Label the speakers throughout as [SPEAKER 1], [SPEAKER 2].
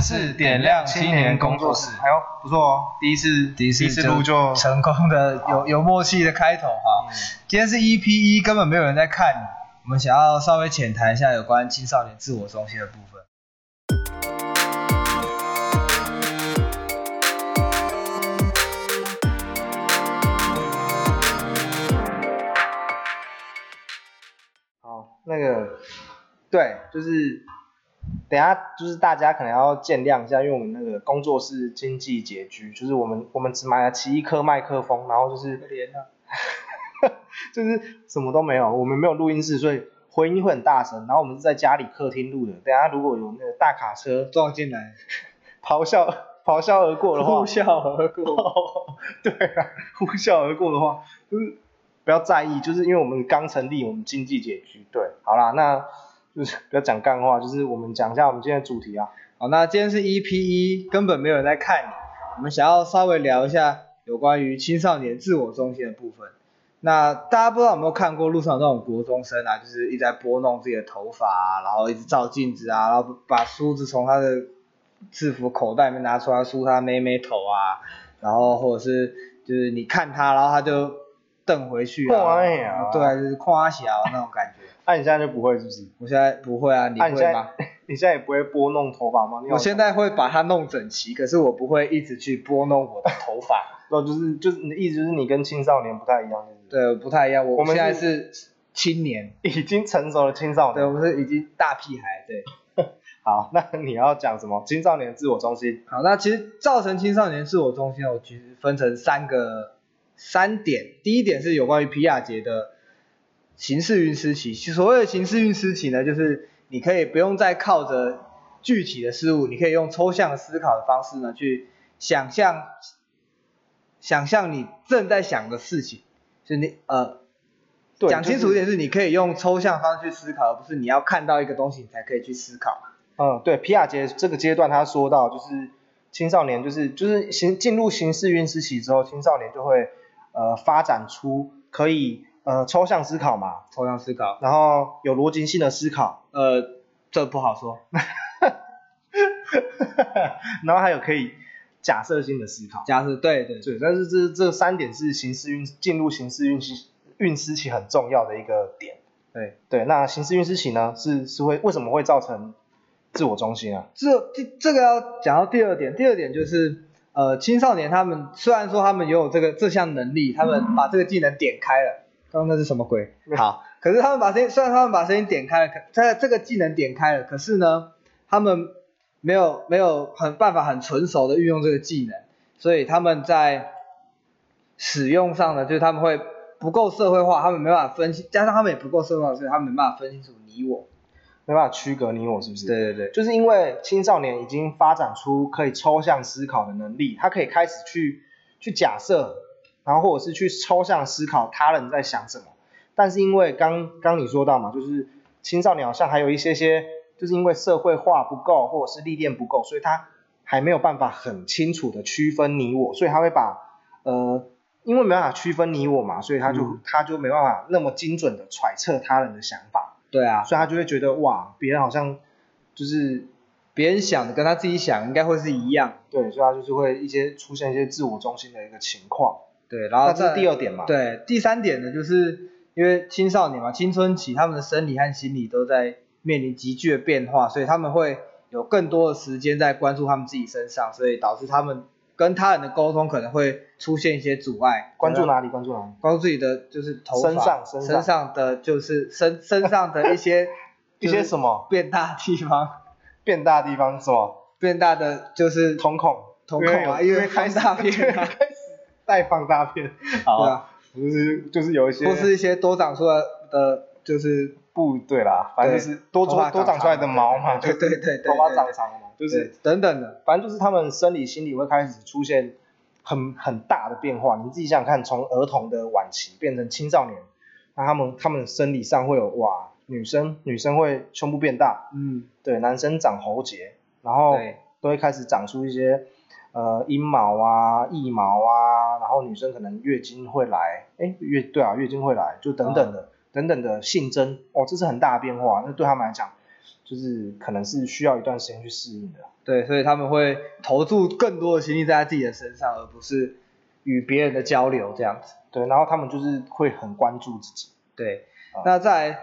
[SPEAKER 1] 是点亮青年工作室。
[SPEAKER 2] 哎呦，不错哦，
[SPEAKER 1] 第一次
[SPEAKER 2] 第一次
[SPEAKER 1] 录就
[SPEAKER 2] 成功的有有默契的开头哈。
[SPEAKER 1] 嗯
[SPEAKER 2] 今天是 EP 一，根本没有人在看，我们想要稍微浅谈一下有关青少年自我中心的部分。
[SPEAKER 1] 好，那个对，就是等一下就是大家可能要见谅一下，因为我们那个工作室经济拮据，就是我们我们只买了七颗麦克风，然后就是
[SPEAKER 2] 怜啊！
[SPEAKER 1] 就是什么都没有，我们没有录音室，所以回音会很大声。然后我们是在家里客厅录的，等一下如果有那个大卡车
[SPEAKER 2] 撞进来，
[SPEAKER 1] 咆哮咆哮而过的话，
[SPEAKER 2] 呼啸而过。
[SPEAKER 1] 哦， 对啊，呼啸而过的话，就是不要在意，就是因为我们刚成立，我们经济拮据。对，好啦，那就是不要讲干话，就是我们讲一下我们今天的主题啊。
[SPEAKER 2] 好，那今天是 EP 一，根本没有人在看你。我们想要稍微聊一下有关于青少年自我中心的部分。那大家不知道有没有看过路上有那种国中生啊，就是一直在拨弄自己的头发、啊，然后一直照镜子啊，然后把梳子从他的制服口袋里面拿出来梳他妹妹头啊，然后或者是就是你看他，然后他就瞪回去啊，
[SPEAKER 1] 看呀
[SPEAKER 2] 对啊，就是夸小那种感觉。
[SPEAKER 1] 那、你现在就不会是不是？
[SPEAKER 2] 我现在不会啊，你
[SPEAKER 1] 那、你现
[SPEAKER 2] 会吗？
[SPEAKER 1] 在 你现在也不会拨弄头发吗？你有
[SPEAKER 2] 我现在会把它弄整齐，可是我不会一直去拨弄我的头发。
[SPEAKER 1] 哦，就是就是你的意思就是你跟青少年不太一样，就是
[SPEAKER 2] 对，不太一样。我
[SPEAKER 1] 我
[SPEAKER 2] 现
[SPEAKER 1] 们
[SPEAKER 2] 在
[SPEAKER 1] 是
[SPEAKER 2] 是青年，
[SPEAKER 1] 已经成熟的青少
[SPEAKER 2] 对，
[SPEAKER 1] 年。
[SPEAKER 2] 我是已经大屁孩。对，
[SPEAKER 1] 好，那你要讲什么？青少年自我中心。
[SPEAKER 2] 好，那其实造成青少年自我中心，我哦其实分成三个三点。第一点是有关于皮亚杰的形式运思期。所谓的形式运思期呢，就是你可以不用再靠着具体的事物，你可以用抽象思考的方式呢，去想象想象你正在想的事情。就是你呃，
[SPEAKER 1] 对，
[SPEAKER 2] 讲清楚一
[SPEAKER 1] 就是
[SPEAKER 2] 点是，你可以用抽象方式去思考，而不是你要看到一个东西你才可以去思考。
[SPEAKER 1] 嗯，对，皮亚杰这个阶段他说到，就是青少年就是就是行进入刑事运思期之后，青少年就会呃发展出可以呃抽象思考嘛，
[SPEAKER 2] 抽象思考，
[SPEAKER 1] 然后有逻辑性的思考，
[SPEAKER 2] 呃，这不好说。
[SPEAKER 1] 然后还有可以假设性的思考。
[SPEAKER 2] 假设对对
[SPEAKER 1] 对，但是这这三点是刑事运进入刑事运思运思期很重要的一个点。
[SPEAKER 2] 对，
[SPEAKER 1] 对，那刑事运思期呢是是会为什么会造成自我中心啊？
[SPEAKER 2] 这这这个要讲到第二点，第二点就是呃，青少年他们虽然说他们拥有这个这项能力，他们把这个技能点开了，刚刚那是什么鬼？好，可是他们把声音，虽然他们把声音点开了，可这这个技能点开了，可是呢，他们没有没有很办法很纯熟的运用这个技能，所以他们在使用上呢，就是他们会不够社会化，他们没办法分析，加上他们也不够社会化，所以他们没办法分清楚你我。
[SPEAKER 1] 没办法区隔你我是不是？
[SPEAKER 2] 对对对。
[SPEAKER 1] 就是因为青少年已经发展出可以抽象思考的能力，他可以开始去去假设，然后或者是去抽象思考他人在想什么。但是因为刚刚你说到嘛，就是青少年好像还有一些些，就是因为社会化不够，或者是历练不够，所以他还没有办法很清楚的区分你我，所以他会把呃，因为没办法区分你我嘛，所以他就、
[SPEAKER 2] 嗯
[SPEAKER 1] 他就没办法那么精准的揣测他人的想法，
[SPEAKER 2] 对啊，
[SPEAKER 1] 所以他就会觉得哇，别人好像就是
[SPEAKER 2] 别人想的跟他自己想应该会是一样。
[SPEAKER 1] 对，所以他就是会一些出现一些自我中心的一个情况。
[SPEAKER 2] 对，然
[SPEAKER 1] 那
[SPEAKER 2] 后
[SPEAKER 1] 这是
[SPEAKER 2] 再
[SPEAKER 1] 第二点嘛？，
[SPEAKER 2] 对第三点呢，就是因为青少年嘛，青春期他们的生理和心理都在面临急剧的变化，所以他们会有更多的时间在关注他们自己身上，所以导致他们跟他人的沟通可能会出现一些阻碍。
[SPEAKER 1] 关注？哪里？关注哪里？
[SPEAKER 2] 关注自己的就是头发
[SPEAKER 1] 身上身上
[SPEAKER 2] 的就是身身上的一些
[SPEAKER 1] 一些什么
[SPEAKER 2] 变大的地方，
[SPEAKER 1] 变大的地方是吗？
[SPEAKER 2] 变大的就是
[SPEAKER 1] 瞳孔，
[SPEAKER 2] 瞳孔啊因为
[SPEAKER 1] 开始
[SPEAKER 2] 放大 片啊
[SPEAKER 1] 开始带放大片。好
[SPEAKER 2] 对啊，
[SPEAKER 1] 就是就是有一些
[SPEAKER 2] 或是一些多长出来的就是
[SPEAKER 1] 不对啦，反正就是多出
[SPEAKER 2] 头发
[SPEAKER 1] 多长出来的毛嘛，
[SPEAKER 2] 对对对对对
[SPEAKER 1] 就是头发长长的嘛，就
[SPEAKER 2] 就是是等等的。
[SPEAKER 1] 反正就是他们生理心理会开始出现很很大的变化。你自己想想看，从儿童的晚期变成青少年，那他们他们生理上会有哇，女生女生会胸部变大，
[SPEAKER 2] 嗯，
[SPEAKER 1] 对，男生长喉结，然后
[SPEAKER 2] 对
[SPEAKER 1] 都会开始长出一些呃阴毛啊、腋毛啊，然后女生可能月经会来，哎，月对啊，月经会来，就等等的、等等的性征，哦，这是很大的变化，那对他们来讲就是可能是需要一段时间去适应的。
[SPEAKER 2] 对，所以他们会投注更多的心力在自己的身上，而不是与别人的交流这样子。
[SPEAKER 1] 对，然后他们就是会很关注自己。
[SPEAKER 2] 对
[SPEAKER 1] 啊，
[SPEAKER 2] 那在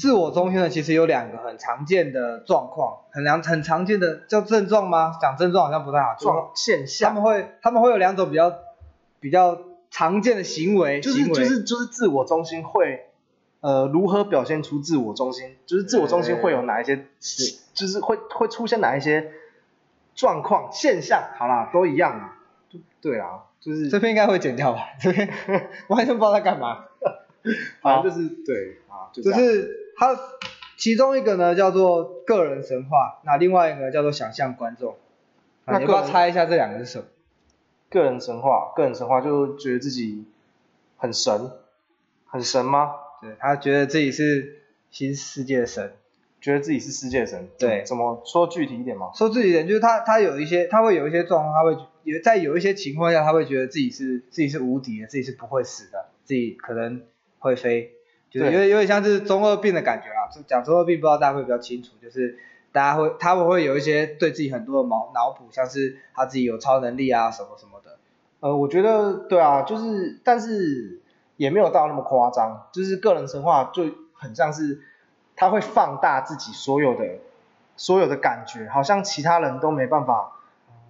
[SPEAKER 2] 自我中心呢，其实有两个很常见的状况，很常很常见的叫症状吗？讲症状好像不太好，
[SPEAKER 1] 状现
[SPEAKER 2] 就是他
[SPEAKER 1] 象
[SPEAKER 2] 们会他们会有两种比较比较常见的行为，
[SPEAKER 1] 就是
[SPEAKER 2] 行为
[SPEAKER 1] 就是就是自我中心会，呃，如何表现出自我中心？就是自我中心会有哪一些，就是会会出现哪一些状况现象？好啦，都一样啦，就对啦，就是
[SPEAKER 2] 这边应该会剪掉吧？这边 完全不知道在干嘛。
[SPEAKER 1] 反正就是对啊，就
[SPEAKER 2] 就
[SPEAKER 1] 这样
[SPEAKER 2] 是它其中一个呢叫做个人神话，那另外一个叫做想象观众。
[SPEAKER 1] 那
[SPEAKER 2] 啊、你要不要
[SPEAKER 1] 个人
[SPEAKER 2] 猜一下这两个是什么？
[SPEAKER 1] 个人神话，个人神话就觉得自己很神，很神吗？
[SPEAKER 2] 对他觉得自己是新世界的神，
[SPEAKER 1] 觉得自己是世界神，
[SPEAKER 2] 对
[SPEAKER 1] 怎么说具体一点嘛？
[SPEAKER 2] 说自己人就是他，他有一些他会有一些状况，他会有在有一些情况下，他会觉得自己是自己是无敌的，自己是不会死的，自己可能会飞，就是
[SPEAKER 1] 对
[SPEAKER 2] 有点有点像是中二病的感觉啦。就讲中二病，不知道大家会比较清楚，就是大家会他们会有一些对自己很多的脑脑补，像是他自己有超能力啊什么什么的。
[SPEAKER 1] 呃，我觉得对啊，就是但是也没有到那么夸张，就是个人神话就很像是他会放大自己所有的所有的感觉，好像其他人都没办法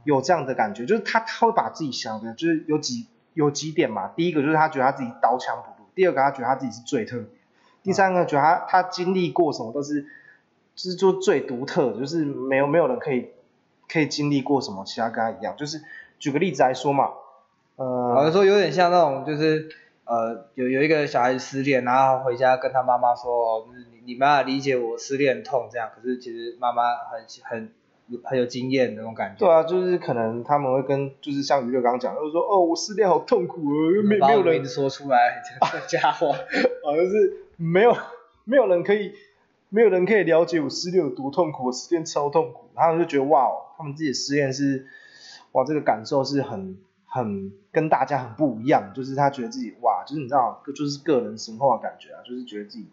[SPEAKER 1] 有这样的感觉，就是他他会把自己想的，就是有几有几点嘛，第一个就是他觉得他自己刀枪不入，第二个他觉得他自己是最特别，第三个觉得他他经历过什么都是就是就最独特的，就是没有没有人可以可以经历过什么其他跟他一样，就是举个例子来说嘛。
[SPEAKER 2] 好像
[SPEAKER 1] 呃，
[SPEAKER 2] 说有点像那种就是呃有有一个小孩子失恋，然后回家跟他妈妈说，哦，你你妈妈理解我失恋痛这样，可是其实妈妈很很很有经验的那种感觉。
[SPEAKER 1] 对啊，就是可能他们会跟，就是像娱乐刚刚讲的，就是说哦，我失恋好痛苦哦，又没
[SPEAKER 2] 把
[SPEAKER 1] 没
[SPEAKER 2] 我
[SPEAKER 1] 有人
[SPEAKER 2] 名字说出来，这 这家伙。
[SPEAKER 1] 好像是没有没有人可以，没有人可以了解我失恋有多痛苦，我失恋超痛苦。他们就觉得哇哦，他们自己的失恋是哇，这个感受是很很跟大家很不一样，就是他觉得自己哇，就是你知道，就是个人神话的感觉啊，就是觉得自己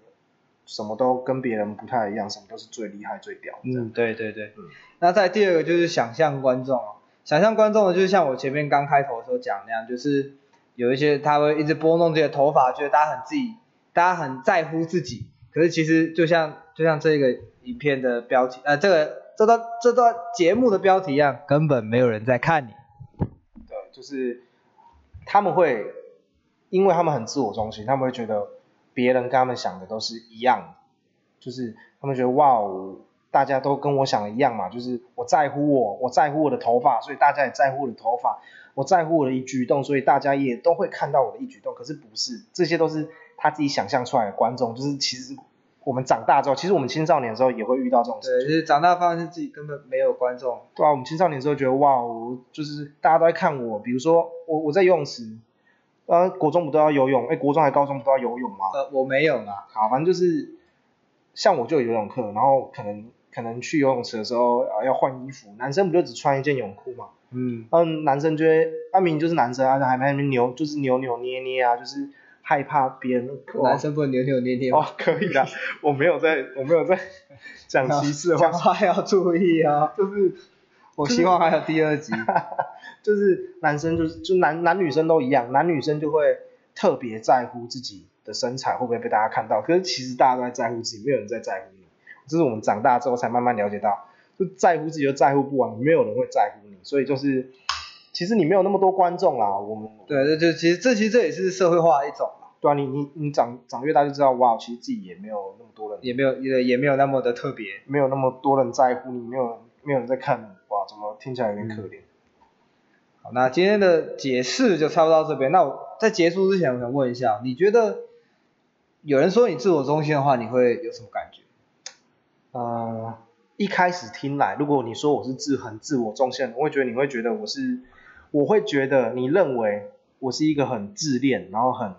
[SPEAKER 1] 什么都跟别人不太一样，什么都是最厉害最屌的这样。
[SPEAKER 2] 嗯，对对对
[SPEAKER 1] 嗯。
[SPEAKER 2] 那在第二个就是想象观众哦，想象观众呢，就是像我前面刚开头的时候讲那样，就是有一些他会一直拨弄自己的头发，觉得大家很自己，大家很在乎自己。可是其实就像就像这个影片的标题，呃，这个这段这段节目的标题一样，根本没有人在看你。
[SPEAKER 1] 对，就是他们会，因为他们很自我中心，他们会觉得别人跟他们想的都是一样的，就是他们觉得哇哦，大家都跟我想的一样嘛，就是我在乎我，我在乎我的头发，所以大家也在乎我的头发，我在乎我的一举一动，所以大家也都会看到我的一举一动。可是不是，这些都是他自己想象出来的观众，就是其实我们长大之后，其实我们青少年的时候也会遇到这种事情。
[SPEAKER 2] 对，就是长大发现自己根本没有观众，
[SPEAKER 1] 对啊，我们青少年的时候觉得哇，我就是大家都在看我，比如说我我在游泳池，呃，国中不都要游泳？哎，国中还高中不都要游泳吗？
[SPEAKER 2] 呃，我没有嘛。
[SPEAKER 1] 好，反正就是像我就有游泳课，然后可能可能去游泳池的时候啊、要换衣服，男生不就只穿一件泳裤吗？
[SPEAKER 2] 嗯，
[SPEAKER 1] 嗯，男生就会，啊、明明就是男生啊，还还在那边扭，就是扭扭捏捏啊，就是害怕别人。
[SPEAKER 2] 男生不能扭扭捏捏吗
[SPEAKER 1] 哦，可 以的，我没有在，我没有在讲歧视的话
[SPEAKER 2] 讲，话要注意哦。
[SPEAKER 1] 就是
[SPEAKER 2] 我希望还有第二集。
[SPEAKER 1] 就是男生就是就男男女生都一样，男女生就会特别在乎自己的身材会不会被大家看到，可是其实大家都在在乎自己，没有人在在乎你。这是我们长大之后才慢慢了解到，就在乎自己就在乎不完，没有人会在乎你，所以就是其实你没有那么多观众啦。我们
[SPEAKER 2] 对，这就其实这其实这也是社会化的一种嘛，
[SPEAKER 1] 对啊，你你你长长越大就知道，哇，其实自己也没有那么多人，
[SPEAKER 2] 也没有也也没有那么的特别。
[SPEAKER 1] 没有那么多人在乎你，没有人没有人在看你，哇，怎么听起来有点可怜？
[SPEAKER 2] 好，那今天的解释就差不多到这边。那我在结束之前，我想问一下，你觉得有人说你自我中心的话，你会有什么感觉？
[SPEAKER 1] 呃，一开始听来，如果你说我是自很自我中心的人，我会觉得你会觉得我是，我会觉得你认为我是一个很自恋，然后很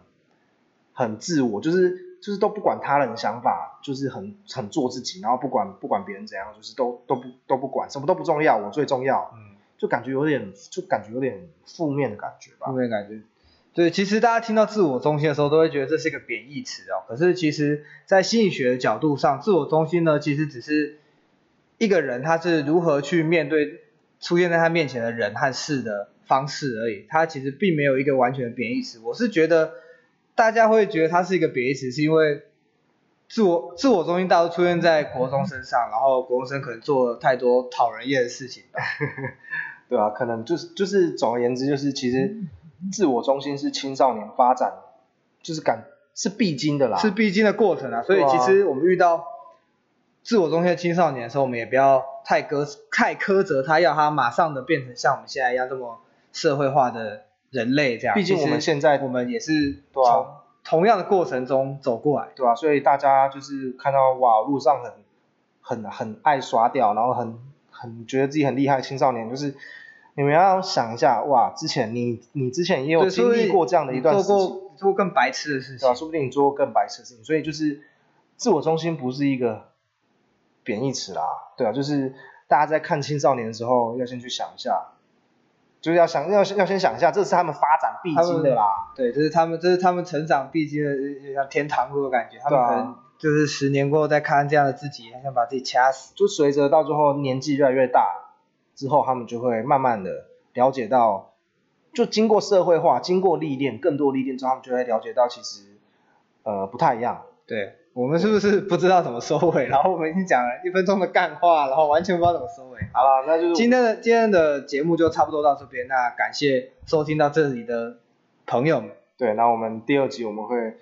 [SPEAKER 1] 很自我，就是就是都不管他人的想法，就是很很做自己，然后不管不管别人怎样，就是都都不都不管，什么都不重要，我最重要，
[SPEAKER 2] 嗯，
[SPEAKER 1] 就感觉有点就感觉有点负面的感觉吧。
[SPEAKER 2] 有没有感觉？对，其实大家听到自我中心的时候，都会觉得这是一个贬义词哦。可是其实，在心理学的角度上，自我中心呢，其实只是一个人他是如何去面对出现在他面前的人和事的方式而已。他其实并没有一个完全的贬义词。我是觉得大家会觉得它是一个贬义词，是因为自我自我中心大多出现在国中身上，然后国中生可能做了太多讨人厌的事情吧。
[SPEAKER 1] 对啊，可能就是就是总而言之，就是其实自我中心是青少年发展就是感是必经的啦，
[SPEAKER 2] 是必经的过程啊。所以
[SPEAKER 1] 对啊
[SPEAKER 2] 其实我们遇到自我中心的青少年的时候，我们也不要太苛太苛责他，要他马上的变成像我们现在一样这么社会化的人类这样。
[SPEAKER 1] 毕竟
[SPEAKER 2] 啊其实
[SPEAKER 1] 我们现在
[SPEAKER 2] 我们也是
[SPEAKER 1] 对啊
[SPEAKER 2] 从同样的过程中走过来。
[SPEAKER 1] 对啊，所以大家就是看到哇，路上很很很爱耍屌，然后很很觉得自己很厉害的青少年，就是你们要想一下哇，之前你你之前也有
[SPEAKER 2] 对，
[SPEAKER 1] 经历过这样的一段
[SPEAKER 2] 所以
[SPEAKER 1] 事
[SPEAKER 2] 做
[SPEAKER 1] 情，
[SPEAKER 2] 过做过更白痴的事
[SPEAKER 1] 对
[SPEAKER 2] 情
[SPEAKER 1] 吧、。说不定你做过更白痴的事情，所以就是自我中心不是一个贬义词啦，对啊，就是大家在看青少年的时候，要先去想一下，就是要想要要先想一下，这是他们发展必经的啦，
[SPEAKER 2] 对，这是他们，这是他们成长必经的，像天堂路的感觉。他们
[SPEAKER 1] 对啊
[SPEAKER 2] 可能就是十年过后再看这样的自己，还想把自己掐死。
[SPEAKER 1] 就随着到最后年纪越来越大之后，他们就会慢慢的了解到，就经过社会化、经过历练、更多历练之后，他们就会了解到其实呃不太一样。
[SPEAKER 2] 对我们是不是不知道怎么收尾？ 然后我们已经讲了一分钟的干话，然后完全不知道怎么收尾。
[SPEAKER 1] 好了，那就是
[SPEAKER 2] 今天的今天的节目就差不多到这边，那感谢收听到这里的朋友们，
[SPEAKER 1] 对，那我们第二集我们会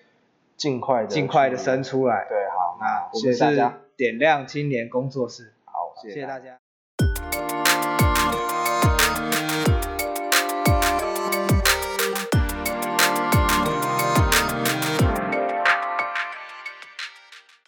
[SPEAKER 1] 尽快的
[SPEAKER 2] 尽快的生出来。
[SPEAKER 1] 对，好，那
[SPEAKER 2] 那我
[SPEAKER 1] 谢
[SPEAKER 2] 们
[SPEAKER 1] 谢大
[SPEAKER 2] 是
[SPEAKER 1] 家，
[SPEAKER 2] 点亮青年工作室，
[SPEAKER 1] 好，
[SPEAKER 2] 谢谢
[SPEAKER 1] 大家。
[SPEAKER 2] 大家。